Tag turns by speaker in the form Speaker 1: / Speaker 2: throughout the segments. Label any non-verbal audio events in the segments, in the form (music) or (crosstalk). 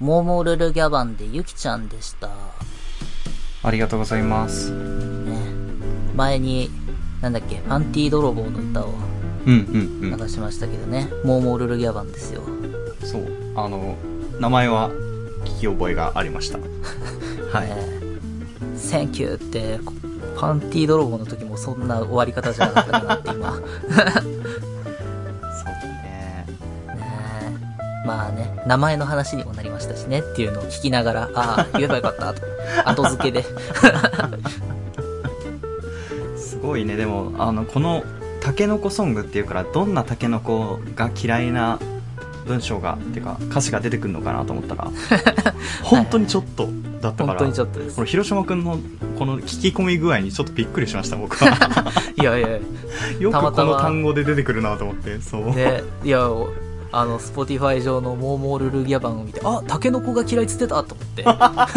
Speaker 1: モーモールルギャバンでゆきちゃんでした。
Speaker 2: ありがとうございます。
Speaker 1: ね。前に、なんだっけ、パンティ泥棒の歌を
Speaker 2: うんうん
Speaker 1: 流しましたけどね。モーモールルギャバンですよ。
Speaker 2: うん。そう。あの、名前は聞き覚えがありま
Speaker 1: (laughs)
Speaker 2: した。は
Speaker 1: ね
Speaker 2: い。
Speaker 1: Thank you って、こパンティ泥棒の時もそんな終わり方じゃなかったかなって (laughs) 今。ね
Speaker 2: そうだね。
Speaker 1: まあね、名前の話にもなりましたしねっていうのを聞きながら、ああ、言えばよかったと。後付けで。
Speaker 2: すごいね。でも、あの、この、タケノコソングっていうから、どんなタケノコが嫌いな文章が、っていうか、歌詞が出てくるのかなと思っ
Speaker 1: (laughs)
Speaker 2: たら、本当にちょっとだったから、
Speaker 1: 本当にちょっとです
Speaker 2: この。広島くんの、この聞き込み具合にちょっとびっくりしました、僕
Speaker 1: (laughs)
Speaker 2: は。
Speaker 1: いやいやいや。
Speaker 2: よく
Speaker 1: たまた
Speaker 2: こ
Speaker 1: ま
Speaker 2: の単語で出てくるなと思って、そう。
Speaker 1: で、いや、おあの、スポティファイ上のモーモールルギャバンを見て、あ、タケノコが嫌いっつってたと思っ
Speaker 2: (laughs)
Speaker 1: て。い
Speaker 2: あ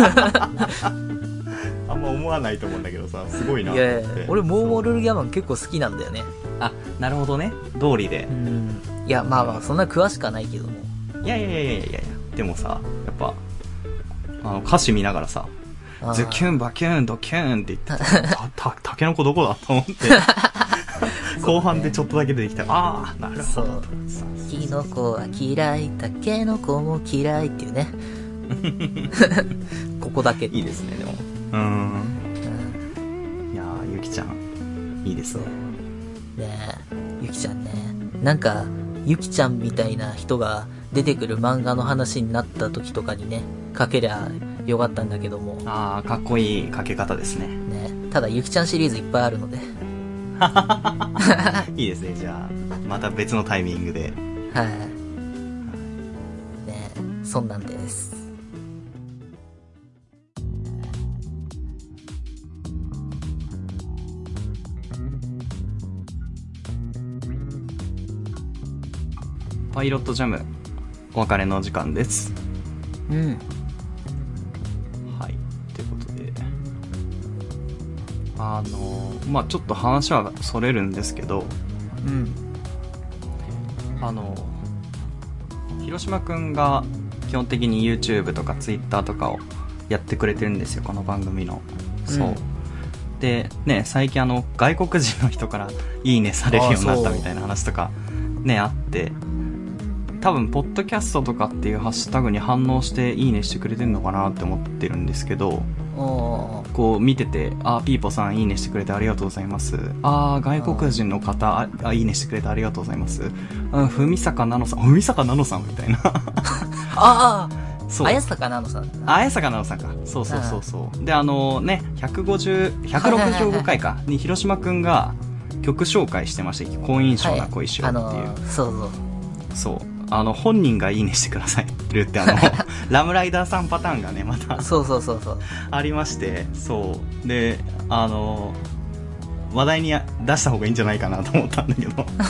Speaker 2: んま思わないと思うんだけどさ、すごいなと思
Speaker 1: や
Speaker 2: っ
Speaker 1: い
Speaker 2: て。
Speaker 1: や、俺モーモールルギャバン結構好きなんだよね。
Speaker 2: そうあ、なるほどね。道理で
Speaker 1: う。ん。いや、まあまあ、そんな詳しくはないけども。
Speaker 2: いやいやいやいやいやいや。でもさ、やっぱ、あの、歌詞見ながらさ、
Speaker 1: あー
Speaker 2: ズキュンバキュンドキュンって言 (laughs) ってた、た、たけのこどこだと思 (laughs) って。後半でちょっとだけ出てきたら、ああ、なるほど。さ
Speaker 1: キノコは嫌い、タケノコも嫌いっていう
Speaker 2: (laughs)
Speaker 1: ね。ここだけ。
Speaker 2: いいですね、でも。うん。いやー、ゆきちゃん、いいですね。
Speaker 1: ねえ、ゆきちゃんね。なんか、ゆきちゃんみたいな人が出てくる漫画の話になった時とかにね、書けりゃよかったんだけども。
Speaker 2: ああ、かっこいいかけ方ですね。
Speaker 1: ね、ただゆきちゃんシリーズいっぱいあるので、
Speaker 2: いいですね、じゃあ、また別のタイミングで。
Speaker 1: はい。ね、そんなんです。
Speaker 2: パイロットジャム、お別れの時間です。
Speaker 1: うん。
Speaker 2: はい、ということで、あの、まあちょっと話はそれるんですけど、
Speaker 1: うん。
Speaker 2: あの、広島くんが基本的に YouTube とか Twitter とかをやってくれてるんですよ、この番組の。そう。
Speaker 1: うん
Speaker 2: で、ね、最近あの、外国人の人からいいねされるようになっ
Speaker 1: あ
Speaker 2: た
Speaker 1: そう
Speaker 2: みたいな話とか、ね、あって、多分、ポッドキャストとかっていうハッシュタグに反応していいねしてくれてるのかなって思ってるんですけど、
Speaker 1: おー
Speaker 2: こう見てて、あー、ピーポさんいいねしてくれてありがとうございます。あー、外国人の方、ああいいねしてくれてありがとうございます。うん、文坂奈々さん、文坂奈々さんみたいな。 (laughs)
Speaker 1: ああ
Speaker 2: そう。
Speaker 1: 綾坂なのさんだな。
Speaker 2: あ綾坂奈々さんか。そうそうそうそう。で、あのね、150、165回か、に広島くんが曲紹介してました。好印象な恋しよう
Speaker 1: あ
Speaker 2: って
Speaker 1: の
Speaker 2: いう。
Speaker 1: ー、そうそう。
Speaker 2: そう。あの、本人がいいねしてくださいって言って、 (laughs) あの、ラムライダーさんパターンがね、また
Speaker 1: そうそうそうそう。
Speaker 2: ありましてそうであの話題に出した方がいいんじゃないかなと思ったんだ
Speaker 1: (laughs)
Speaker 2: けど
Speaker 1: ま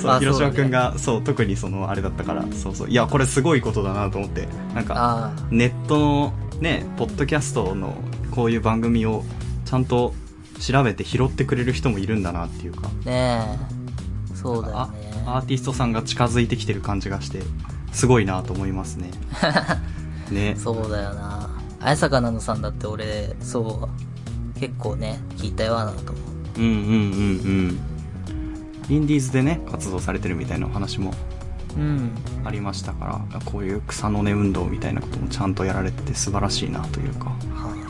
Speaker 2: そ
Speaker 1: あ
Speaker 2: う広
Speaker 1: そうね
Speaker 2: 島君がそう,、特にそのあれだったからそうそういやこれすごいことだなと思ってなんか
Speaker 1: ああ。
Speaker 2: ネットのねポッドキャストのこういう番組をちゃんと調べて拾ってくれる人もいるんだなっていうか
Speaker 1: ねえ。そうだよ
Speaker 2: あ
Speaker 1: ね。
Speaker 2: アーティストさんが近づいてきてる感じがしてすごいなと思います
Speaker 1: (laughs)
Speaker 2: ねね
Speaker 1: そうだよな。綾坂なのさんだって俺、そう、結構ね、聞いたよなと思う。
Speaker 2: うんうんうんうんインディーズでね活動されてるみたいなお話も
Speaker 1: うん。
Speaker 2: ありましたからこういう草の根運動みたいなこともちゃんとやられてて素晴らしいなというか
Speaker 1: は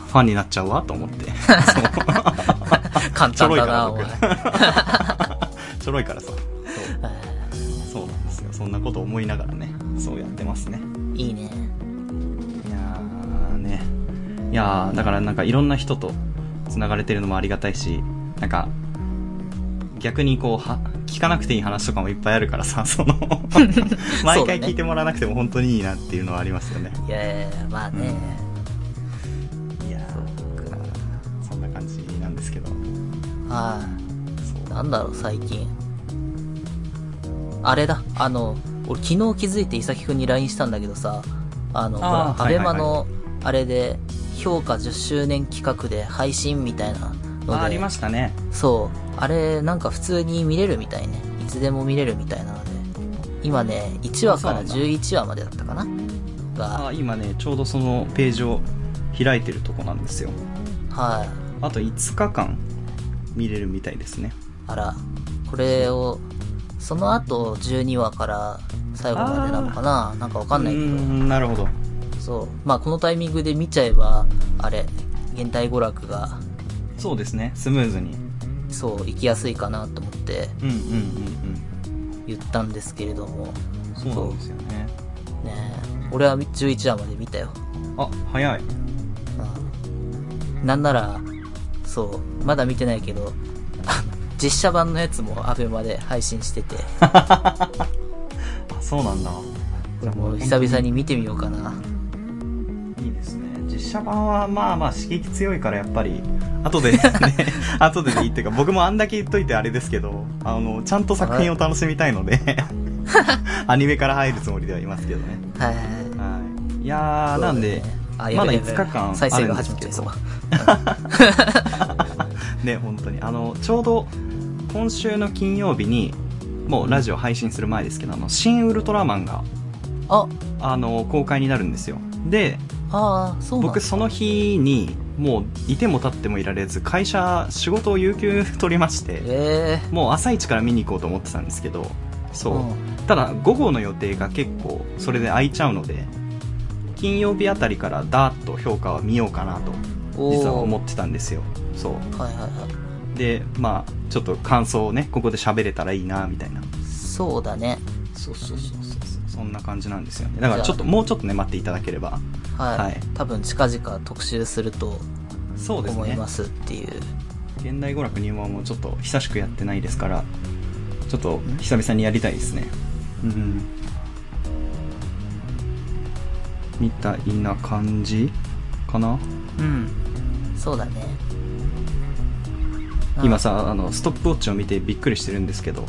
Speaker 2: ファンになっちゃうわと思って (laughs) そう
Speaker 1: あ簡単だな、お前。
Speaker 2: ちょろいちょろいからさそ
Speaker 1: はいう
Speaker 2: そうなんですよそんなこと思いながらねそうやってますね
Speaker 1: いいね。
Speaker 2: いやーねいやーだからなんかいろんな人とつながれてるのもありがたいしなんか逆にこうは聞かなくていい話とかもいっぱいあるからさ (laughs) その毎回聞いてもらわなくても本当にいいなっていうのはありますよね
Speaker 1: いやいやいや、まあね。
Speaker 2: いやーそんな感じなんですけど
Speaker 1: はい、
Speaker 2: そう
Speaker 1: なんだろう、最近。あれだ、あの、俺昨日気づいて伊崎くんに LINE したんだけどさ、あの、
Speaker 2: あ
Speaker 1: ほ
Speaker 2: ー
Speaker 1: ら、ア
Speaker 2: はい
Speaker 1: ベ
Speaker 2: はいは
Speaker 1: マ
Speaker 2: い
Speaker 1: の、あれで、評価10周年企画で配信みたいな
Speaker 2: あ
Speaker 1: の
Speaker 2: あり
Speaker 1: で、
Speaker 2: ましたね
Speaker 1: そう、あれ、なんか普通に見れるみたいね。いつでも見れるみたいなので。今ね、1話から
Speaker 2: あそうなんだ
Speaker 1: 11話までだったかな。か
Speaker 2: あ今ねちょうどそのページを開いてるとこなんですよ
Speaker 1: はい
Speaker 2: あと5日間見れるみたいですね
Speaker 1: あらこれをその後12話から最後までなのかななんかわかんないう
Speaker 2: ー
Speaker 1: けど
Speaker 2: んなるほど
Speaker 1: そうまあこのタイミングで見ちゃえばあれ現代娯楽が
Speaker 2: そうですねスムーズに
Speaker 1: そう行きやすいかなと思って
Speaker 2: うんうん
Speaker 1: 言ったんですけれども
Speaker 2: うんうんそうなんですよね
Speaker 1: ねえ俺は11話まで見たよ、
Speaker 2: あ早い
Speaker 1: うん、なんならそうまだ見てないけど (laughs) あの実写版のやつもアベマで配信
Speaker 2: (laughs)
Speaker 1: してて
Speaker 2: あそうなんだ
Speaker 1: これもう久々に見てみようかない
Speaker 2: いですね実写版はまあまあ刺激強いからやっぱり後 (laughs) でね後ででいいっていうか僕もあんだけ言っといてあれですけどあのちゃんと作品を楽しみたいの (laughs) でアニメから入るつもりではいますけどね
Speaker 1: はいはいはい
Speaker 2: はいいやー、
Speaker 1: そうだ
Speaker 2: な
Speaker 1: ね
Speaker 2: んで
Speaker 1: あ
Speaker 2: ま
Speaker 1: や
Speaker 2: だ
Speaker 1: べや
Speaker 2: 5
Speaker 1: べ
Speaker 2: 日間
Speaker 1: 再
Speaker 2: あ
Speaker 1: 生
Speaker 2: る
Speaker 1: が
Speaker 2: んで
Speaker 1: 始
Speaker 2: す
Speaker 1: まっち
Speaker 2: け
Speaker 1: ゃい
Speaker 2: ど
Speaker 1: そう
Speaker 2: ね本当にあのちょうど今週の金曜日にもうラジオ配信する前ですけど「あの新ウルトラマンが」
Speaker 1: あ
Speaker 2: あの公開になるんですよで
Speaker 1: ああそうなん
Speaker 2: 僕
Speaker 1: だ
Speaker 2: その日にもういても立ってもいられず会社仕事を有給取りまして
Speaker 1: え
Speaker 2: もう朝一から見に行こうと思ってたんですけど
Speaker 1: え
Speaker 2: そう、ただ午後の予定が結構それで空いちゃうので金曜日あたりからダーッと評価は見ようかなと
Speaker 1: うん
Speaker 2: 実は
Speaker 1: おー
Speaker 2: 思ってたんですよそう
Speaker 1: はいはいは
Speaker 2: でまあちょっと感想をねここで喋れたらいいなみたいない
Speaker 1: そうだね
Speaker 2: そうそうそうそうそんな感じなんですよねだか
Speaker 1: じ
Speaker 2: ら
Speaker 1: ゃあ
Speaker 2: ちょっともうちょっとね待っていただければ
Speaker 1: はい、
Speaker 2: はい
Speaker 1: 多分近々特集すると
Speaker 2: そうです
Speaker 1: 思い
Speaker 2: ね
Speaker 1: ますっていう
Speaker 2: 現代娯楽入門もちょっと久しくやってないですからちょっと久々にやりたいですねうんみたいな感じかな
Speaker 1: うんそうだね
Speaker 2: 今
Speaker 1: あ
Speaker 2: さあのストップウォッチを見てびっくりしてるんですけど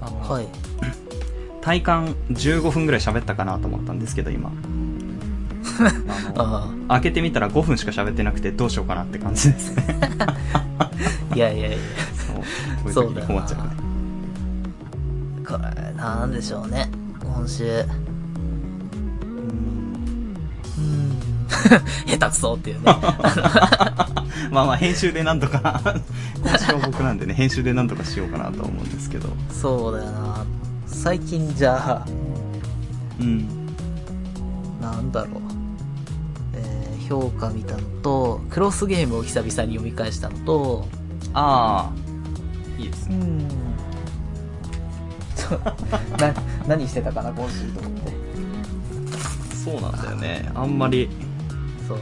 Speaker 2: あの
Speaker 1: はい
Speaker 2: 体感15分ぐらい喋ったかなと思ったんですけど今 (laughs) あの
Speaker 1: あ
Speaker 2: 開けてみたら5分しか喋ってなくてどうしようかなって感じですね
Speaker 1: あいやいやいや
Speaker 2: (laughs) そうこういう時に困っちゃうね
Speaker 1: これなんでしょうね今週うん (laughs) 下手くそっていうね
Speaker 2: (laughs) まあまあ編集でなんとか今週は僕なんでね編集でなんとかしようかなと思うんですけど
Speaker 1: そうだよな最近じゃあ
Speaker 2: うん
Speaker 1: なんだろう、えー評価見たのとクロスゲームを久々に読み返したのと
Speaker 2: ああいいです
Speaker 1: う
Speaker 2: ね
Speaker 1: んそう (laughs) な何してたかな今週と思って
Speaker 2: そうなんだよねあん
Speaker 1: (laughs)
Speaker 2: まり
Speaker 1: そう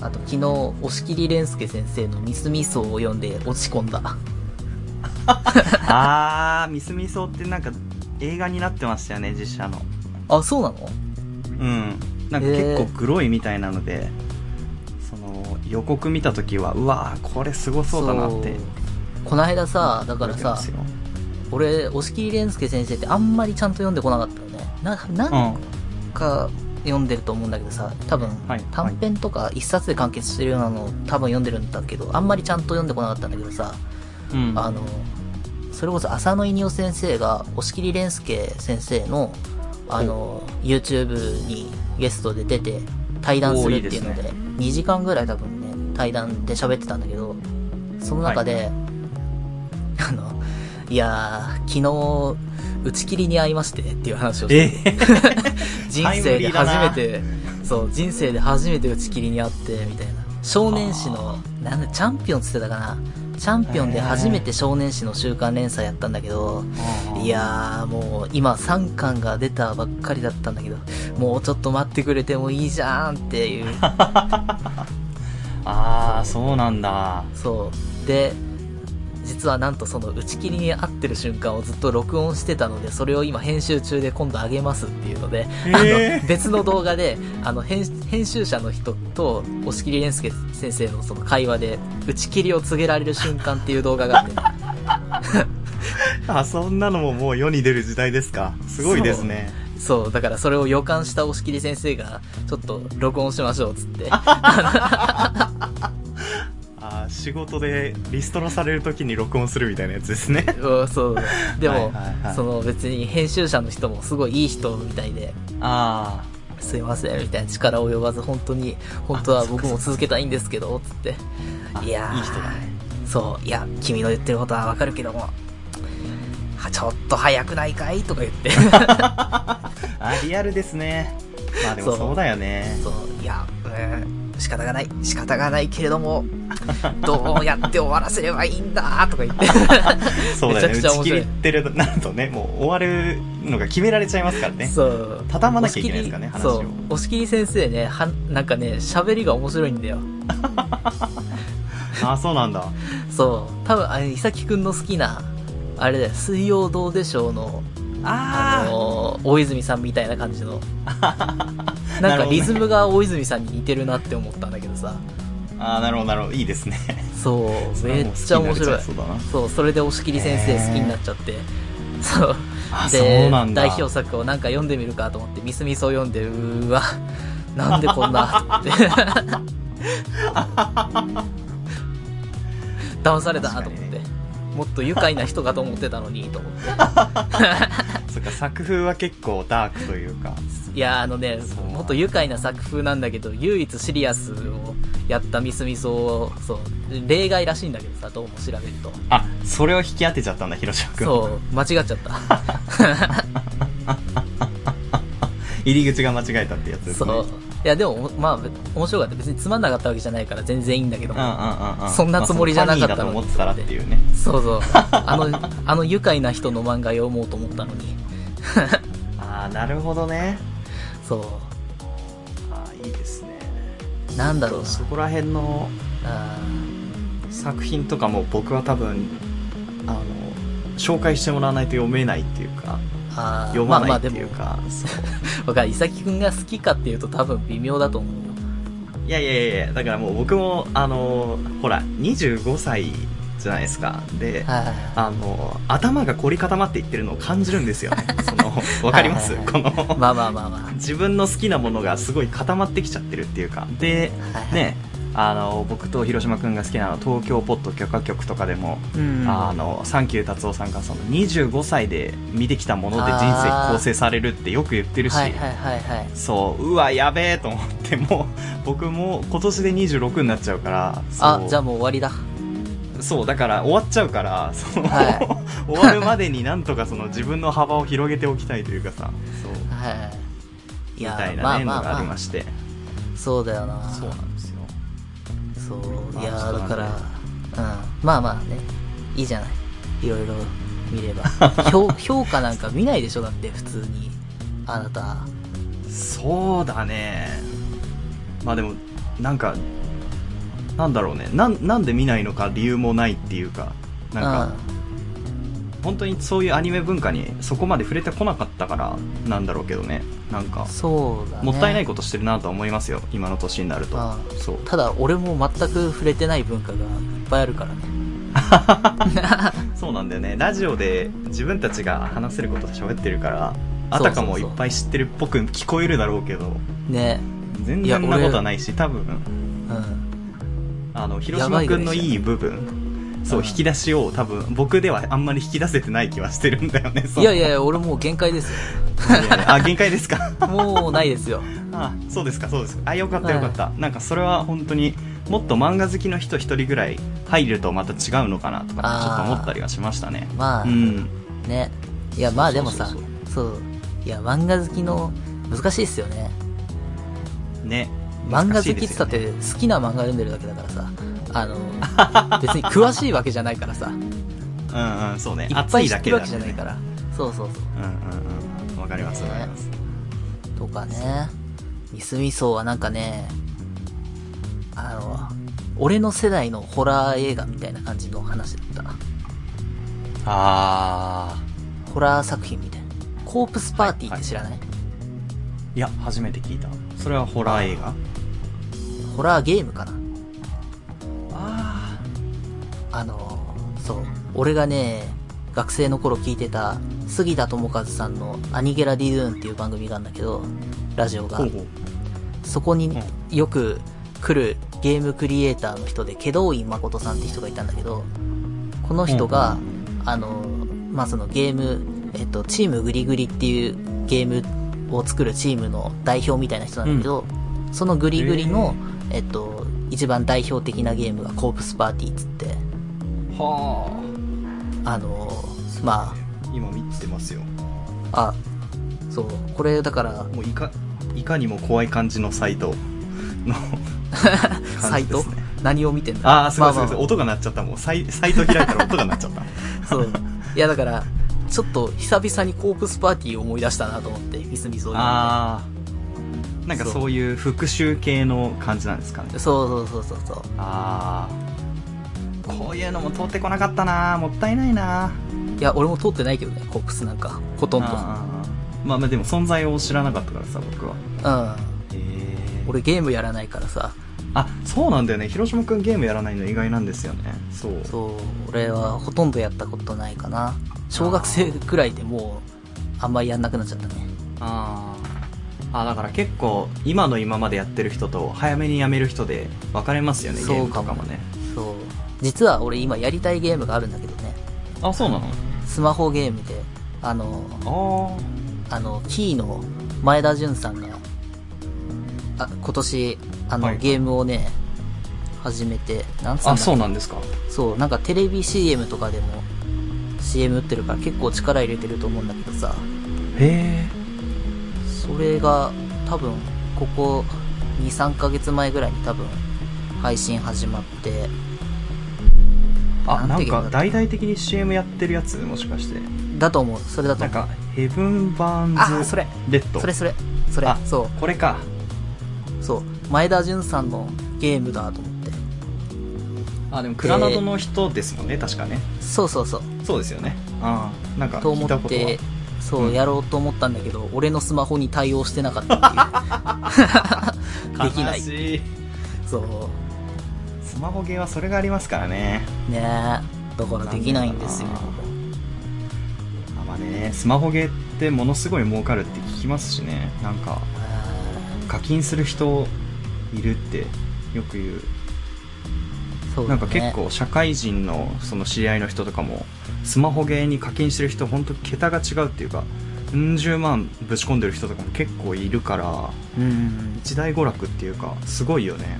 Speaker 1: あと昨日押切蓮介先生の「ミスミソ」を読んで落ち込んだ
Speaker 2: ああミスミソってなんか映画になってましたよね実写の
Speaker 1: あそうなの
Speaker 2: うんなんか結構グロいみたいなので、その予告見た時はうわーこれすごそうだなっ
Speaker 1: そう
Speaker 2: て
Speaker 1: この間さだからさ
Speaker 2: 思ってま
Speaker 1: 俺押切蓮介先生ってあんまりちゃんと読んでこなかったよねななん
Speaker 2: すよ
Speaker 1: か読んでると思うんだけどさ多分
Speaker 2: はい
Speaker 1: 短編とか一冊で完結してるようなのを多分読んでるんだけどあんまりちゃんと読んでこなかったんだけどさ
Speaker 2: うん、うん、
Speaker 1: あのそれこそ浅野稲夫先生が押切蓮介先生のあの YouTube にゲストで出て対談するっていうの
Speaker 2: おーい
Speaker 1: で
Speaker 2: いです
Speaker 1: 2時間ぐらい多分ね対談で喋ってたんだけどその中で、あのいやー昨日打ち切りに会いましてっていう話をして
Speaker 2: えー
Speaker 1: 人生で初めて、そう、人生で初めて打ち切りにあって、みたいな。少年誌の、なんだ、チャンピオンっつってたかな。チャンピオンで初めて少年誌の週刊連載やったんだけど、 (laughs) いやーもう今3巻が出たばっかりだったんだけど、もうちょっと待ってくれてもいいじゃんっていう。
Speaker 2: ああそうなんだ
Speaker 1: そう。で、実はなんとその打ち切りに合ってる瞬間をずっと録音してたので、それを今編集中で今度上げますっていうので、
Speaker 2: え
Speaker 1: あの別の動画であの編編集者の人と押切蓮介先生のその会話で打ち切りを告げられる瞬間っていう動画があ
Speaker 2: (laughs)
Speaker 1: って
Speaker 2: あそんなのももう世に出る時代ですかすごいですね
Speaker 1: そうだからそれを予感した押切
Speaker 2: (laughs)
Speaker 1: 先生がちょっと録音しましょうっつって
Speaker 2: あー仕事でリストラされるときに録音するみたいなやつですね
Speaker 1: うんそうでも、
Speaker 2: はいはいはい
Speaker 1: その別に編集者の人もすごいいい人みたいで
Speaker 2: あ
Speaker 1: すいませんみたいな力及ばず本当に本当は僕も続けたいんですけどつって
Speaker 2: あ
Speaker 1: いやー
Speaker 2: いい人だね
Speaker 1: そういや君の言ってることはわかるけどもはちょっと早くないかいとか言
Speaker 2: (laughs)
Speaker 1: って
Speaker 2: あリアルですねまあでも
Speaker 1: そう
Speaker 2: そうだよね
Speaker 1: そういやうん仕方がない仕方がないけれど
Speaker 2: (laughs)
Speaker 1: もどうやって終わらせればいいんだとか言って
Speaker 2: そうだよね
Speaker 1: めちゃく
Speaker 2: 打
Speaker 1: ちゃ
Speaker 2: ち
Speaker 1: 面白
Speaker 2: 切
Speaker 1: い
Speaker 2: りってるとなるとねもう終わるのが決められちゃいますからね
Speaker 1: (laughs) そう
Speaker 2: 畳まなきゃいけないですからね話
Speaker 1: そ
Speaker 2: を
Speaker 1: う押切先生ねはなんかね喋りが面白いんだよ
Speaker 2: ああそうなんだ
Speaker 1: そう多分あれ伊崎くんの好きなあれだよ「水曜どうでしょうの」あ
Speaker 2: あー
Speaker 1: の大泉さんみたいな感じ
Speaker 2: (laughs)
Speaker 1: のな
Speaker 2: なんる
Speaker 1: か
Speaker 2: ほどね
Speaker 1: リズムが大泉さんに似てるなって思ったんだけどさ
Speaker 2: あーなるほどなるほどいいですね (laughs)
Speaker 1: そう
Speaker 2: そ
Speaker 1: め
Speaker 2: れは
Speaker 1: っ
Speaker 2: もう好き
Speaker 1: ちゃ
Speaker 2: にな
Speaker 1: 面
Speaker 2: れち
Speaker 1: 白
Speaker 2: ゃ
Speaker 1: い
Speaker 2: いそうだな
Speaker 1: そうそれで押切先生
Speaker 2: へー
Speaker 1: 好きになっちゃってそう
Speaker 2: あそ
Speaker 1: で
Speaker 2: うなんだ
Speaker 1: 代表作をなんか読んでみるかと思ってミスミスを読んでうーわ (laughs) なんでこんな
Speaker 2: (laughs)
Speaker 1: って騙されたと思って、
Speaker 2: 確かにね
Speaker 1: もっと愉快な人かと思ってたのにと思って
Speaker 2: そっか作風は結構ダークというか
Speaker 1: いやーあのね
Speaker 2: そう
Speaker 1: もっと愉快な作風なんだけど唯一シリアスをやったミスミスをそう例外らしいんだけどさどうも調べると
Speaker 2: あそれを引き当てちゃったんだ広島君
Speaker 1: そう間違っちゃった
Speaker 2: (laughs) 入り口が間違えたってやつです
Speaker 1: そ
Speaker 2: ね
Speaker 1: ういやでもまあ面白かった別につまんなかったわけじゃないから全然いいんだけど
Speaker 2: うんうんうんうん
Speaker 1: そんなつもりじゃなかったの
Speaker 2: まあ
Speaker 1: に
Speaker 2: そのファニーだと思ってたらっていうね
Speaker 1: そうそうあの (laughs) あの愉快な人の漫画読もうと思ったのに
Speaker 2: ああなるほどね
Speaker 1: そ
Speaker 2: ああいいですね
Speaker 1: うなんだろう
Speaker 2: そこら辺の
Speaker 1: なあ
Speaker 2: 作品とかも僕は多分あの紹介してもらわないと読めないっていうか
Speaker 1: ーあー
Speaker 2: 読
Speaker 1: ま
Speaker 2: まな
Speaker 1: あまあ
Speaker 2: いって
Speaker 1: で
Speaker 2: いう
Speaker 1: も
Speaker 2: か、そう
Speaker 1: わかる伊崎くんが好きかっていうと多分微妙だと思うよ
Speaker 2: いやいやいやいやだからもう僕もあのほら25歳じゃないですかで、
Speaker 1: は
Speaker 2: あの頭が凝り固まっていってるのを感じるんで
Speaker 1: (laughs)
Speaker 2: すよねそのわかります、
Speaker 1: はい
Speaker 2: この
Speaker 1: いまあまあまあま
Speaker 2: 自分の好きなものがすごい固まってきちゃってるっていうかで
Speaker 1: あはい
Speaker 2: ねあの僕と広島君が好きなの東京ポッド許可局とかでも、
Speaker 1: うん
Speaker 2: あのサンキュー達夫さんがその25歳で見てきたもので人生構成されるってよく言ってるし、
Speaker 1: はいはいはいはい
Speaker 2: そううわやべえと思ってもう僕も今年で26になっちゃうから
Speaker 1: あ
Speaker 2: そう
Speaker 1: じゃあもう終わりだ
Speaker 2: そうだから終わっちゃうからその、
Speaker 1: は
Speaker 2: (laughs) 終わるまでになんとかその自分の幅を広げておきたいというかさそう
Speaker 1: はいい
Speaker 2: み
Speaker 1: や
Speaker 2: たい
Speaker 1: ま
Speaker 2: な
Speaker 1: あ
Speaker 2: ね
Speaker 1: まあ
Speaker 2: のがあり
Speaker 1: ま
Speaker 2: まして、
Speaker 1: あそうだよな
Speaker 2: そうなんですよ
Speaker 1: そう
Speaker 2: まあ
Speaker 1: いや
Speaker 2: そう
Speaker 1: ー
Speaker 2: な
Speaker 1: だ
Speaker 2: ん
Speaker 1: か
Speaker 2: だ
Speaker 1: ら、うん、まあまあねいいじゃないいろいろ見
Speaker 2: (laughs)
Speaker 1: れば評評価なんか見ないでしょだって普通にあなた
Speaker 2: そうだねまあでもなんかなんだろうねなんなんで見ないのか理由もないっていうかなんか本当にそういうアニメ文化にそこまで触れてこなかったからなんだろうけどねなん
Speaker 1: う
Speaker 2: か
Speaker 1: ん、そうだね
Speaker 2: もったいないことしてるなとは思いますよ今の年になると
Speaker 1: あ
Speaker 2: そう
Speaker 1: ただ俺も全く触れてない文化がいっぱいあるからね
Speaker 2: そうなんだよねラジオで自分たちが話せることで喋ってるからあたかもいっぱい知ってるっぽく聞こえるだろうけど
Speaker 1: ね
Speaker 2: 全
Speaker 1: いや
Speaker 2: 然そんなことはないし多分
Speaker 1: うん
Speaker 2: あの広島君のいい部分そう
Speaker 1: うん
Speaker 2: 引き出しを多分僕ではあんまり引き出せてない気はしてるんだよねそ
Speaker 1: い
Speaker 2: の
Speaker 1: やいやいや俺もう限界です
Speaker 2: (laughs) いやいやあ限界ですか
Speaker 1: よもうないですよ
Speaker 2: あそうですかそうですかあよかったよかった、なんかそれは本当にもっと漫画好きの人一人ぐらい入るとまた違うのかなとか
Speaker 1: あー
Speaker 2: ちょっと思ったりはしましたね
Speaker 1: まあ、
Speaker 2: うん
Speaker 1: ねいやまあでもさ
Speaker 2: そうそう
Speaker 1: そういや漫画好きの難しいっすよね
Speaker 2: ね
Speaker 1: 漫画好き
Speaker 2: 難し
Speaker 1: っ
Speaker 2: い
Speaker 1: て
Speaker 2: で
Speaker 1: 言っ
Speaker 2: す
Speaker 1: た
Speaker 2: よ
Speaker 1: っ
Speaker 2: ね
Speaker 1: て好きな漫画読んでるだけだからさあの別に詳しいわけじゃないから
Speaker 2: (laughs)
Speaker 1: さい
Speaker 2: うんうんそうね
Speaker 1: っぱい知ってるわけ
Speaker 2: 熱
Speaker 1: じゃないからら、そうそうそ
Speaker 2: ねうんうんうんわかりますわかります、
Speaker 1: うとかねミスミソウはなんかねあの俺の世代のホラー映画みたいな感じの話だったな
Speaker 2: ああ
Speaker 1: ホラー作品みたいなコープスパーティーって知らない、
Speaker 2: いや初めて聞いたそれはホラー映画
Speaker 1: ホラーゲームかな
Speaker 2: あ
Speaker 1: あのそう俺がね学生の頃聞いてた杉田智和さんの「アニゲラ・ディドゥーン」っていう番組があるんだけどラジオ
Speaker 2: あ
Speaker 1: が
Speaker 2: ほうほう
Speaker 1: そこに
Speaker 2: う
Speaker 1: よく、来るゲームクリエイターの人で、ケドウイン誠さんって人がいたんだけど、この人が、あの、まあ、そのゲーム、えっと、チームグリグリっていうゲームを作るチームの代表みたいな人なんだけど、そのグリグリの、えっと、一番代表的なゲームがコープスパーティーっつって、
Speaker 2: は
Speaker 1: あの、ま
Speaker 2: あ今見てますよ
Speaker 1: あ、あ、そう、これだから、
Speaker 2: もういかいかにも怖い感じのサイトの (laughs)
Speaker 1: サイト、
Speaker 2: 感じですね
Speaker 1: 何を見てんだ
Speaker 2: ああすごいすごいすご
Speaker 1: まあ
Speaker 2: い
Speaker 1: まあ
Speaker 2: 音が鳴っちゃったもうサイサイト開いたら音が鳴っち
Speaker 1: (laughs)
Speaker 2: ゃった
Speaker 1: そう。いや、だから、ちょっと久々にコープスパーティーを思い出したなと思って、ミスミスを読
Speaker 2: ああなんかそういう復讐系の感じなんですかね
Speaker 1: んで。そうそうそうそうそう。
Speaker 2: ああこういうのも通ってこなかったなもったいないない
Speaker 1: や、俺も通ってないけどね、コープスなんか、ほとんど。
Speaker 2: あーまあまあでも存在を知らなかったからさ僕は
Speaker 1: うん。
Speaker 2: へえ
Speaker 1: 俺ゲームやらないからさ、
Speaker 2: あそうなんだよね広島くんゲームやらないの意外なんですよねそう
Speaker 1: そう、俺はほとんどやったことないかな。小学生くらいでもう、あんまりやんなくなっちゃったね。
Speaker 2: あーあだから結構今の今までやってる人と早めに辞める人で分かれますよね
Speaker 1: そう
Speaker 2: ゲーム
Speaker 1: か
Speaker 2: と
Speaker 1: も
Speaker 2: かもね
Speaker 1: そう。実は俺今やりたいゲームがあるんだけどね、
Speaker 2: あそうな
Speaker 1: スマホゲームで、あの、
Speaker 2: の
Speaker 1: あの、キーの前田純さんが、あ今年、あの、
Speaker 2: はい
Speaker 1: ゲームをね、始めて、なんつうん
Speaker 2: あ
Speaker 1: だ
Speaker 2: あそう
Speaker 1: う
Speaker 2: なんですか
Speaker 1: そう、なんかテレビ CM とかでも CM 打ってるから結構力入れてると思うんだけどさ、
Speaker 2: へえ
Speaker 1: それが多分、ここ2、3ヶ月前ぐらいに多分、配信始まって、
Speaker 2: あ
Speaker 1: な
Speaker 2: なん
Speaker 1: て
Speaker 2: ん
Speaker 1: ゲームだ
Speaker 2: か
Speaker 1: った
Speaker 2: 大々的に CM やってるやつもしかして
Speaker 1: だと思う。それだと
Speaker 2: なん
Speaker 1: 思う。
Speaker 2: かヘブン・バー
Speaker 1: あ
Speaker 2: ン
Speaker 1: そ
Speaker 2: ズ
Speaker 1: れ・
Speaker 2: レッド
Speaker 1: それそれ、それ
Speaker 2: あ、
Speaker 1: そ
Speaker 2: これか
Speaker 1: う、そう、前田純さんのゲームだと思って。
Speaker 2: あでもクラナドの人ですもんね、確かね
Speaker 1: そうそうそう。
Speaker 2: そうですよねああなんか
Speaker 1: と
Speaker 2: 聞
Speaker 1: 思
Speaker 2: いた
Speaker 1: っ
Speaker 2: こと
Speaker 1: て
Speaker 2: は、
Speaker 1: そう、
Speaker 2: うん
Speaker 1: やろうと思ったんだけど、俺のスマホに対応してなか
Speaker 2: (laughs)
Speaker 1: ったっていう。できない
Speaker 2: 悲。しい
Speaker 1: そ
Speaker 2: スマホゲーはそれがありますからね
Speaker 1: う。ねえ。だからできないんですよ。
Speaker 2: あまあねスマホゲーってものすごい儲かるって聞きますしねなんか課金する人いるってよく言う
Speaker 1: そう
Speaker 2: な
Speaker 1: だね
Speaker 2: んか結。構社会人のその知り合いの人とかもスマホゲーに課金してる人本当桁が違うっていうかうん十万ぶち込んでる人とかも結構いるから
Speaker 1: うん。
Speaker 2: 一大娯楽っていうかすごいよねね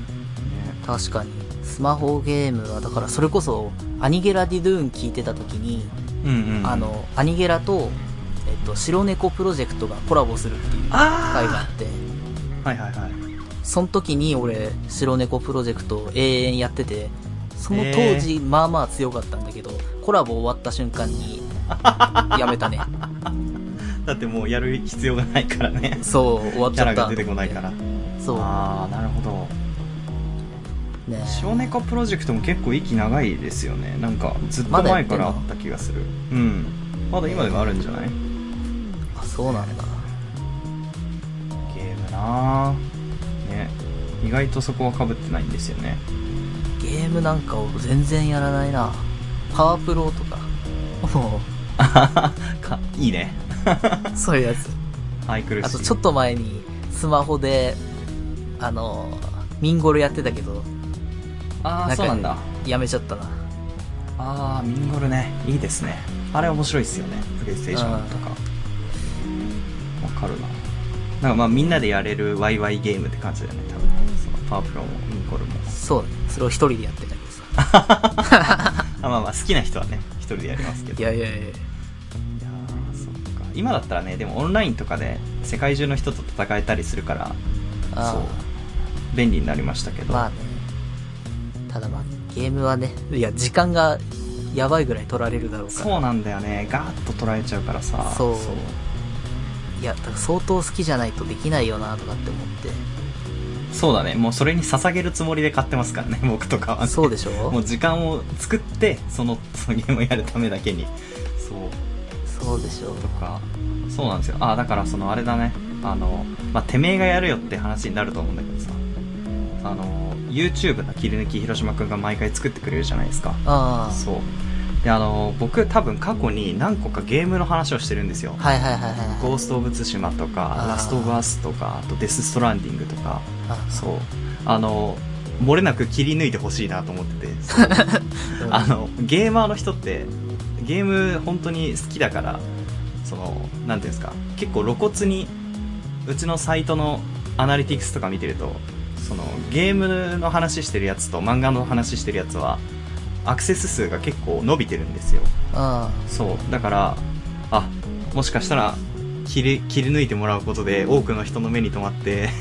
Speaker 1: 確かに。スマホゲームは、だからそれこそ、アニゲラ・ディドゥーン聞いてた時に、
Speaker 2: うんうん
Speaker 1: あの、アニゲラと、えっと、白猫プロジェクトがコラボするっていう会があ
Speaker 2: あ
Speaker 1: って、
Speaker 2: あはいはいはい
Speaker 1: その時に俺、白猫プロジェクトを永遠やってて、その当時、まあまあ強かったんだけど、コラボ終わった瞬間に、やめた
Speaker 2: (laughs)
Speaker 1: ね。
Speaker 2: だってもうやる必要がないからね
Speaker 1: そう、終わっ
Speaker 2: キ
Speaker 1: ち
Speaker 2: ャ
Speaker 1: ゃ
Speaker 2: ラ
Speaker 1: った。
Speaker 2: が出てこないから
Speaker 1: そ
Speaker 2: ああなるほど
Speaker 1: う。ね
Speaker 2: 白猫プロジェクトも結構息長いですよねなんかずっと前からあった気がするうんまだ今でもあるんじゃない
Speaker 1: あ、そうなんだ。
Speaker 2: ゲームなあね意外とそこはかぶってないんですよね
Speaker 1: ゲームなんかを全然やらないな。パワープロとか。も
Speaker 2: あはは (laughs) かいいね (laughs)
Speaker 1: う、そういうやつ。
Speaker 2: 愛くるしい
Speaker 1: あと、ちょっと前に、スマホで、あの、ミンゴルやってたけど、
Speaker 2: ああそうなんだ
Speaker 1: やめちゃったな。
Speaker 2: ああミンゴルねいいですねあれ面白いっすよねプレイステーションとかわかるななんかまあみんなでやれるワイワイゲームって感じだよね多分そのパワープロもミンゴルも
Speaker 1: そうね。それを一人でやってたけどさ。
Speaker 2: あまあまあ好きな人はね一人でやりますけ
Speaker 1: い
Speaker 2: ど
Speaker 1: やいやいや
Speaker 2: いやーそっか今だったらねでもオンラインとかで世界中の人と戦えたりするから
Speaker 1: あー
Speaker 2: そう便利になりましたけど、
Speaker 1: まあね。ただまあ、ゲームはね、いや、時間がやばいぐらい取られるだろうから。
Speaker 2: そうなんだよねガーッと捉えちゃうからさ
Speaker 1: そういや、だから相当好きじゃないとできないよな、とかって思っ
Speaker 2: そうだねもうそれに捧げるつもりで買ってますからね僕とかは、
Speaker 1: て。
Speaker 2: ね、
Speaker 1: そうでしょ
Speaker 2: もう時間を作ってそのそのゲームをやるためだけにそう
Speaker 1: そうでしょ
Speaker 2: とかそうなんですよあだからそのあれだねあの、まあ、てめえがやるよって話になると思うんだけどさあの YouTube の切り抜き広島くんが毎回作ってくれるじゃないですか
Speaker 1: ああ。
Speaker 2: そうであの僕多分過去に何個かゲームの話をしてるんですよ
Speaker 1: はいはいはいはいはい。
Speaker 2: ゴースト・オブ・ツシマとか
Speaker 1: あー、
Speaker 2: ラスト・オブ・アスとか、あとデス・ストランディングとか、
Speaker 1: あ
Speaker 2: そう。あの、漏れなく切り抜いてほしいなと思っててそのあのゲーマーの人ってゲーム本当に好きだからそのなんていうんですか結構露骨にうちのサイトのアナリティクスとか見てるとそのゲームの話してるやつと漫画の話してるやつはアクセス数が結構伸びてるんですよ
Speaker 1: あ
Speaker 2: そうだからあもしかしたら切り切り抜いてもらうことで多くの人の目に留まって (laughs)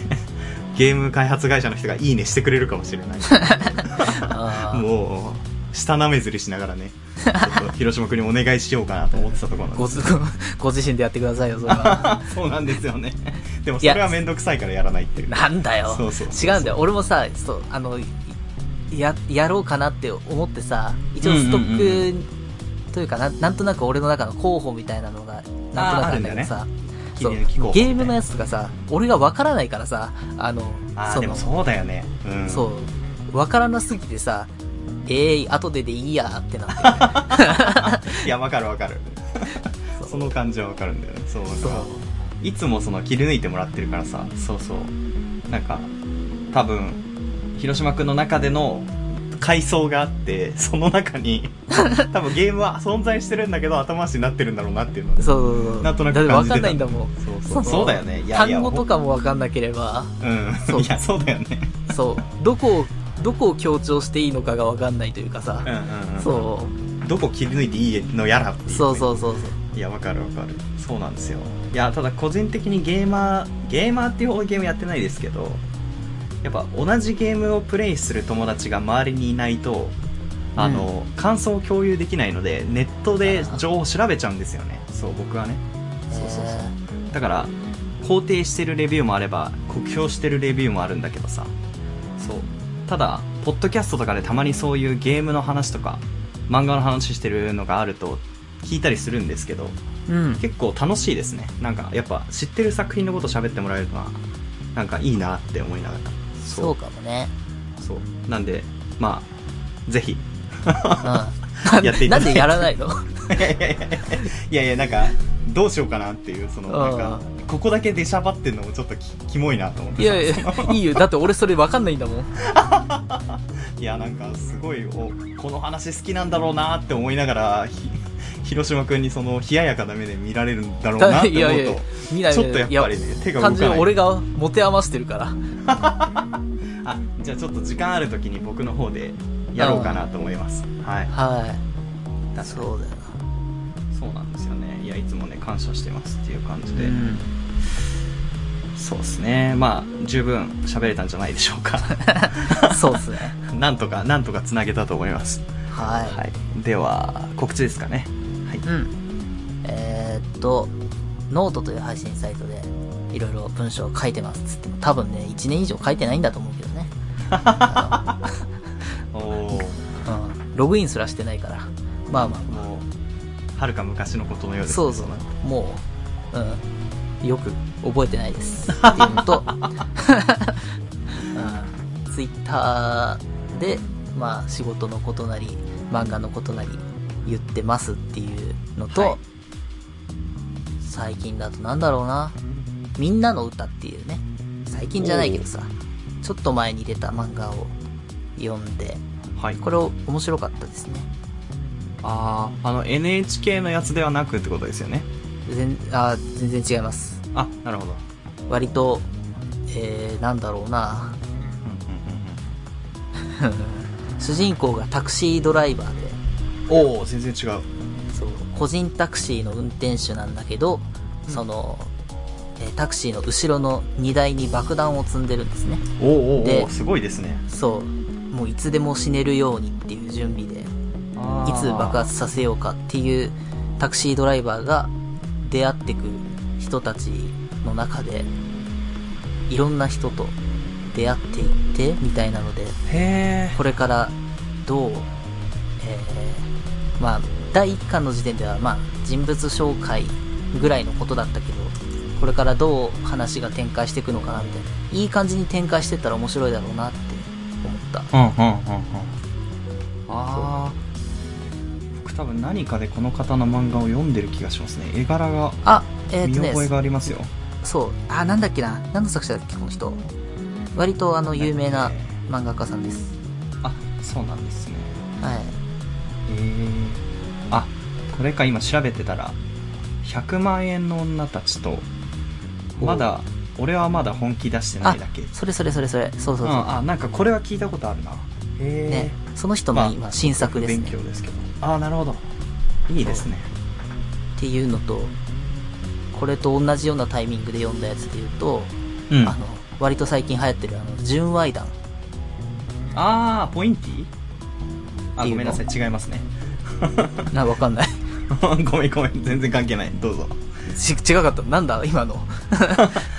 Speaker 2: ゲーム開発会社の人が「いいね」してくれるかもしれない
Speaker 1: あああ
Speaker 2: もう下なめずりしながらねちょっと広島君にお願いしようかなと思ってたところなん
Speaker 1: ご
Speaker 2: で
Speaker 1: 自
Speaker 2: す
Speaker 1: ご自身でやってくださいよそれ
Speaker 2: (laughs)
Speaker 1: は
Speaker 2: そうなんですよ
Speaker 1: (laughs)
Speaker 2: ねでもそれは面倒くさいからやらないっていう
Speaker 1: なんだよ
Speaker 2: そうそう
Speaker 1: 違うんだよ俺もさそうあのいややろうかなって思ってさ一応ストック、
Speaker 2: うん
Speaker 1: というかななんとなく俺の中の候補みたいなのがなんとなくあるんだけどさ、
Speaker 2: 気
Speaker 1: そう
Speaker 2: になる気候
Speaker 1: ゲームのやつとかさ俺がわからないからさあの
Speaker 2: あー
Speaker 1: そ
Speaker 2: で
Speaker 1: の
Speaker 2: もそうだよねうん
Speaker 1: そうわからなすぎてさえい、後ででいいやってなって
Speaker 2: いやわかるわ
Speaker 1: (laughs)
Speaker 2: かるその感じはわかるんだよね (laughs) そうだ
Speaker 1: る
Speaker 2: か
Speaker 1: そう
Speaker 2: らいつもその切り抜いてもらってるからさそうそうなんか多分広島くんの中での階層があってその
Speaker 1: (laughs)
Speaker 2: 中に多分ゲームは存在してるんだけど後回しになってるんだろうなっていうの
Speaker 1: そ
Speaker 2: は
Speaker 1: うそうそう
Speaker 2: なんとな
Speaker 1: だ
Speaker 2: く
Speaker 1: っ
Speaker 2: 感
Speaker 1: て
Speaker 2: じ
Speaker 1: わか
Speaker 2: て
Speaker 1: んな
Speaker 2: た
Speaker 1: いんだもん
Speaker 2: そう
Speaker 1: そ
Speaker 2: そう
Speaker 1: の
Speaker 2: そうだよねいやいや
Speaker 1: 単語とかもわかんなければ
Speaker 2: う
Speaker 1: そうん
Speaker 2: いやそうだよね
Speaker 1: そうどこをどこを強調していいのかがわかんないというか
Speaker 2: (laughs)
Speaker 1: さ
Speaker 2: うんうんうん
Speaker 1: そ
Speaker 2: どこ切り抜いていいのやらっていう
Speaker 1: う
Speaker 2: ね
Speaker 1: そうそうそうそう
Speaker 2: いやわかるわかるそうなんですよいやただ個人的にゲーマーゲーマーっていうほどゲームやってないですけどやっぱ同じゲームをプレイする友達が周りにいないとあの、感想を共有できないのでネットで情報を調べちゃうんですよねそう僕はねそうそうそうだから肯定してるレビューもあれば酷評してるレビューもあるんだけどさそうただポッドキャストとかでたまにそういうゲームの話とか漫画の話してるのがあると聞いたりするんですけど
Speaker 1: うん
Speaker 2: 結構楽しいですねなんかやっぱ知ってる作品のこと喋ってもらえるのはなんかいいなって思いながら
Speaker 1: そうかも (laughs) ね
Speaker 2: そうなんでまあぜひ
Speaker 1: うん
Speaker 2: やってい
Speaker 1: な
Speaker 2: ただいて
Speaker 1: んでやらないの
Speaker 2: いやいやいやいやいやなんかどうしようかなっていうそのなん
Speaker 1: あ
Speaker 2: かここだけ出しゃばってんのもちょっときキモいなと思っ
Speaker 1: (laughs)
Speaker 2: て
Speaker 1: い
Speaker 2: い
Speaker 1: やいやいいよだって俺それわかんないんだもん
Speaker 2: いやなんかすごいおこの話好きなんだろうなって思いながらひ広島君にその冷ややかな目で見られるんだろうなって
Speaker 1: いやいや
Speaker 2: 思う
Speaker 1: 見ない
Speaker 2: とちょっとやっぱりね手が動
Speaker 1: 単
Speaker 2: かない
Speaker 1: 純に俺が持て余してるから
Speaker 2: あじゃあちょっと時間ある時に僕の方でやろうかなと思いますはい
Speaker 1: はい
Speaker 2: 確かに
Speaker 1: そうだよ
Speaker 2: そうなんですよねいやいつもね感謝してますっていう感じ
Speaker 1: な
Speaker 2: で、
Speaker 1: うん
Speaker 2: そうですねまあ十分喋れたんじゃないでしょうか
Speaker 1: (laughs)
Speaker 2: (laughs)
Speaker 1: そうっすね
Speaker 2: なんとかなんとかつなげたと思います、
Speaker 1: は
Speaker 2: はい、では告知ですかねはい
Speaker 1: いうんえーっとノートという配信サイトでいろいろ文章を書いてますっつっても多分ね1年以上書いてないんだと思うけどね、
Speaker 2: おお
Speaker 1: うん、
Speaker 2: ー
Speaker 1: ログインすらしてないからまあまあ
Speaker 2: もうはるか昔のことのようです
Speaker 1: そうそう
Speaker 2: なんか
Speaker 1: もう、うん、よく覚えてないですっていうの
Speaker 2: (laughs)
Speaker 1: と、うん、ツイッターで、まあ、仕事のことなり漫画のことなり言ってますっていうのと、
Speaker 2: はい
Speaker 1: 最近だとなんだろうな「みんなの歌っていうね最近じゃないけどさちょっと前に出た漫画を読んで
Speaker 2: はい
Speaker 1: これを面白かったですね
Speaker 2: あああの NHK のやつではなくってことですよね
Speaker 1: 全あー全然違います
Speaker 2: あなるほど
Speaker 1: 割と、えー、なんだろうな
Speaker 2: うんう
Speaker 1: 主人公がタクシードライバーで
Speaker 2: んうんおお全然違う
Speaker 1: そう個人タクシーの運転手なんだけどその、えータクシーの後ろの荷台に爆弾を積んでるんですね
Speaker 2: おおーお
Speaker 1: で
Speaker 2: おすごいですね
Speaker 1: そうもういつでも死ねるようにっていう準備でいつ爆発させようかっていうタクシードライバーが出会ってく人たちの中でいろんな人と出会っていってみたいなので
Speaker 2: へえ
Speaker 1: これからどう、えーまあ第1巻の時点では、まあ、人物紹介ぐらいのことだったけどこれからどう話が展開していくのかなみたいないい感じに展開してったら面白いだろうなって思った
Speaker 2: うんうんうんうんああ僕多分何かでこの方の漫画を読んでる気がしますね絵柄が
Speaker 1: あえー、っ
Speaker 2: 見
Speaker 1: とね
Speaker 2: 覚えがありますよ、
Speaker 1: そうあなんだっけな何の作者だっけこの人割とあの有名な漫画家さんです。
Speaker 2: あそうなんですね
Speaker 1: はい。
Speaker 2: えー、あこれか今調べてたら「100万円の女たち」と「
Speaker 1: お
Speaker 2: まだ俺はまだ本気出してないだけ」、
Speaker 1: それそれそれそれ。そうそううんそう。
Speaker 2: あなんかこれは聞いたことあるなへえ
Speaker 1: ね、その人の今、新作ですね
Speaker 2: 勉。強ですけどああなるほどいいですね
Speaker 1: っていうのと、これと同じようなタイミングで読んだやつで言うと、
Speaker 2: うん
Speaker 1: あの、割と最近流行ってる、あの、純愛談。
Speaker 2: あーポインティ
Speaker 1: っ
Speaker 2: あ
Speaker 1: ていうの
Speaker 2: ごめんなさい違いますね (laughs)
Speaker 1: な、わかんない。
Speaker 2: ごめんごめん全然関係ないどうぞ
Speaker 1: ち、違かった。なんだ今の。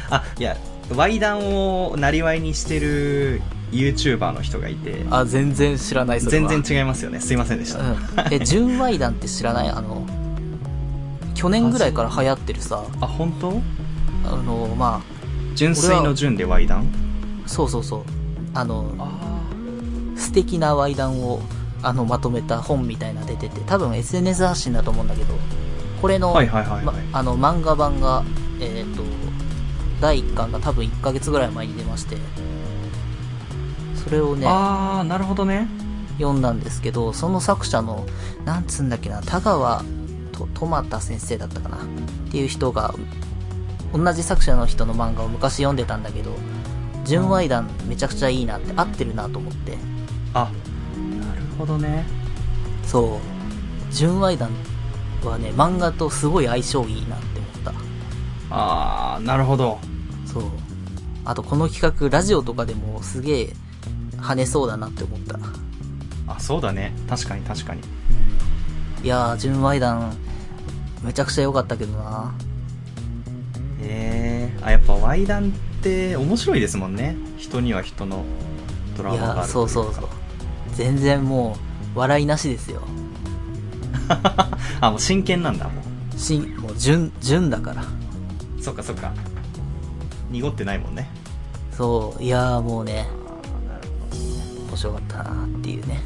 Speaker 2: あいやワイダンをなりわいにしてる YouTuber の人がいて
Speaker 1: あ、全然知らない、それ
Speaker 2: 全
Speaker 1: は。
Speaker 2: 然違いますよねすいませんでした、
Speaker 1: うん。え、純愛談って知らないあの、去年ぐらいから流行ってるさ、
Speaker 2: あ本当
Speaker 1: あの、ま
Speaker 2: 純粋の純でワイダン
Speaker 1: あ、そうそうそう。あの、
Speaker 2: あ
Speaker 1: 素敵なワイ談を、あの、まとめた本みたいなの出てて、多分 SNS 発信だと思うんだけど、これの、
Speaker 2: はいはいはいはい、
Speaker 1: まあの、漫画版が、えっ、と、第1巻が多分1ヶ月ぐらい前に出まして、それをね、
Speaker 2: ああなるほどね
Speaker 1: 読んだんですけど、その作者の、なんつうんだっけな、田川と、トマタ先生だったかなっていう人が、同じ作者の人の漫画を昔読んでたんだけど、純愛談めちゃくちゃいいなって、合ってるなと思って。
Speaker 2: あなるほどね
Speaker 1: そう。純愛談はね、漫画とすごい相性いいなって思っ
Speaker 2: ああなるほど
Speaker 1: た。そう。あとこの企画、ラジオとかでもすげえ跳ねそうだなって思った。
Speaker 2: あそうだね確かに確かに
Speaker 1: いやー、純愛談、めちゃくちゃ良かったけどな。
Speaker 2: へえあやっぱワイダンって面白いですもんね人には人のドラ
Speaker 1: い
Speaker 2: マがあ
Speaker 1: や
Speaker 2: る
Speaker 1: そうそうそう全然もう笑いなしですよ
Speaker 2: あもう真剣なんだも
Speaker 1: しんもう純純だから
Speaker 2: うそっかそっか濁ってないもんね
Speaker 1: そういやーもうね面白かったなっていうね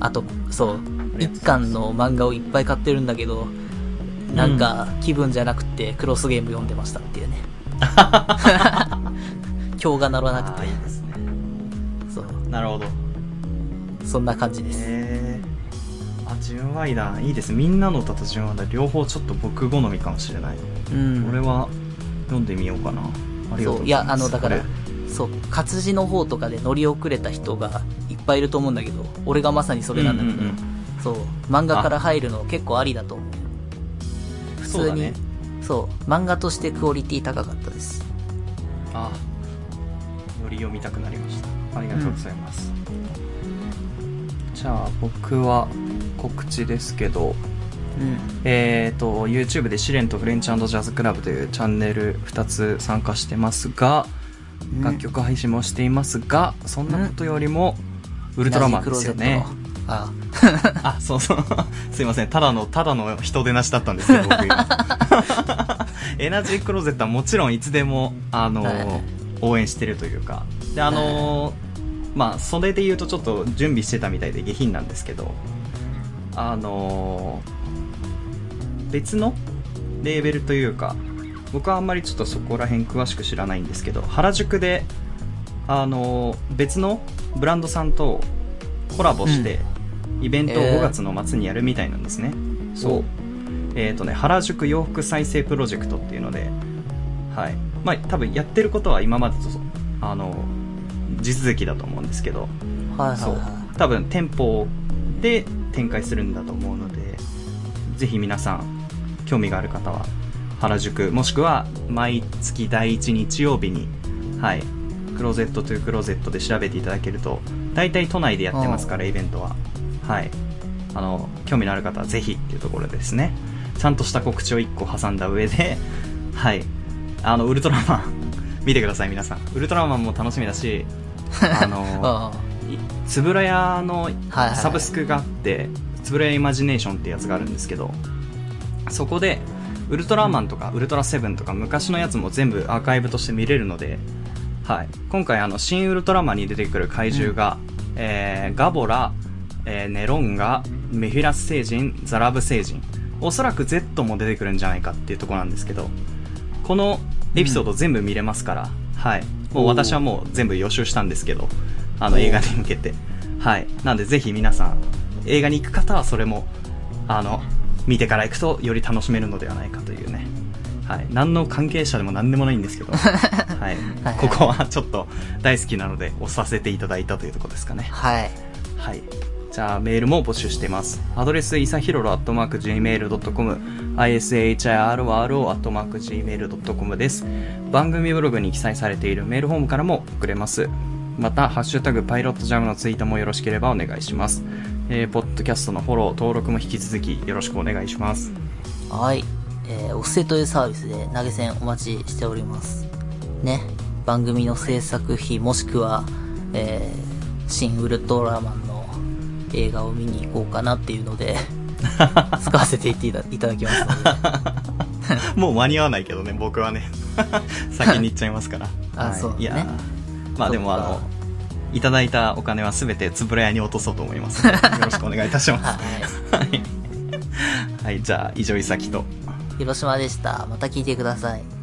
Speaker 1: あとそう
Speaker 2: りがとうございます
Speaker 1: 1巻の漫画をいっぱい買ってるんだけどなんか気分じゃなくてクロスゲーム読んでましたっていう
Speaker 2: (laughs)
Speaker 1: ね今日が鳴らなくて
Speaker 2: いいですね
Speaker 1: そう
Speaker 2: なるほどへ
Speaker 1: そんな感じです
Speaker 2: えあ純愛だいいですみんなの歌と純愛だ両方ちょっと僕好みかもしれない、
Speaker 1: うん
Speaker 2: 俺は読んでみようかなありがとう
Speaker 1: そ
Speaker 2: ございます
Speaker 1: ういやあのだから
Speaker 2: こ
Speaker 1: そう活字の方とかで乗り遅れた人がいっぱいいると思うんだけど俺がまさにそ
Speaker 2: れ
Speaker 1: れなんだけど、
Speaker 2: うんうん
Speaker 1: そう漫画から入るの結構ありだと思う
Speaker 2: うん
Speaker 1: 普
Speaker 2: そう
Speaker 1: 通
Speaker 2: だ
Speaker 1: に
Speaker 2: ね
Speaker 1: そう漫画としてクオリティ高かったです
Speaker 2: あより読みたくなりましたありがとうございます、じゃあ僕は告知ですけど
Speaker 1: うん
Speaker 2: えー、と YouTube で「試練とフレンチジャズクラブ」というチャンネル2つ参加してますが、楽曲配信もしていますがそんなことよりも、ウ
Speaker 1: ウ
Speaker 2: ルトラマンですよね
Speaker 1: あ
Speaker 2: あそうそう (laughs) すいませんただのただの人出なしだったんです
Speaker 1: (laughs)
Speaker 2: けど僕今 (laughs) エナジークローゼットはもちろんいつでもあの、
Speaker 1: はい
Speaker 2: 応援してるというかであのまあそれで言うとちょっと準備してたみたいで下品なんですけどあの別のレーベルというか僕はあんまりちょっとそこら辺詳しく知らないんですけど原宿であの別のブランドさんとコラボして、イベントを
Speaker 1: えー
Speaker 2: 5月の末にやるみたいなんですね、そうえっ、とね原宿洋服再生プロジェクトっていうのではいまあ多分やってることは今までとあの地続きだと思うんですけど
Speaker 1: はいはい
Speaker 2: そう
Speaker 1: は
Speaker 2: 多分店舗で展開するんだと思うのでぜひ皆さん興味がある方は原宿もしくは毎月第1日曜日にはいクローゼットというクローゼットで調べていただけると大体都内でやってますからイベントははいあの興味のある方はぜひっていうところですねちゃんとした告知を1個挟んだ上で (laughs) はいあのウルトラマン見てください皆さんウルトラマンも楽しみだしあ
Speaker 1: い (laughs)
Speaker 2: の
Speaker 1: あ
Speaker 2: いつぶらやの
Speaker 1: はいはい
Speaker 2: サブスクがあって、つぶらやイマジネーションってやつがあるんですけどそこでウルトラマンとかウルトラセブンとか昔のやつも全部アーカイブとして見れるので、はい、今回あの新ウルトラマンに出てくる怪獣が、えーガボラ、えーネロンガメフィラス星人ザラブ星人おそらく Z も出てくるんじゃないかっていうところなんですけどこのエピソード全部見れますから、はいもう私はもう全部予習したんですけどあの映画に向けてはいなんでぜひ皆さん映画に行く方はそれもあの見てから行くとより楽しめるのではないかというねはい何の関係者でも何でもないんで
Speaker 1: (laughs)
Speaker 2: すけど、はい、
Speaker 1: はい
Speaker 2: ここはちょっと大好きなので押させていただいたというところですかね
Speaker 1: はい。
Speaker 2: はい。じゃあ、メールも募集してます。アドレス、いさひろろ、アットマーク、gmail.com、ishiroro、アットマーク、gmail.com です。番組ブログに記載されているメールフォームからも送れます。また、ハッシュタグ、パイロットジャムのツイートもよろしければお願いします。えー、ポッドキャストのフォロー、登録も引き続きよろしくお願いします。
Speaker 1: はい。えーお布施というサービスで投げ銭お待ちしております。ね。番組の制作費もしくは、えー、新ウルトラマンの映画を見に行こうかなっていうの
Speaker 2: (laughs)
Speaker 1: で、使わせていたいただきますので。
Speaker 2: (laughs) もう間に合わないけどね、僕はね。 (laughs) 先に行っちゃいますから。
Speaker 1: (laughs) あ
Speaker 2: はい
Speaker 1: そうだね
Speaker 2: いやーまあでも、あ
Speaker 1: そっ
Speaker 2: の
Speaker 1: か、
Speaker 2: いただいたお金はすべてつぶら屋に落とそうと思いますので。よろしくお願いいたし
Speaker 1: (laughs)
Speaker 2: ます。
Speaker 1: は
Speaker 2: はい。はい、じゃあ、以上、いさきと。
Speaker 1: い。広島でした。また聞いてください。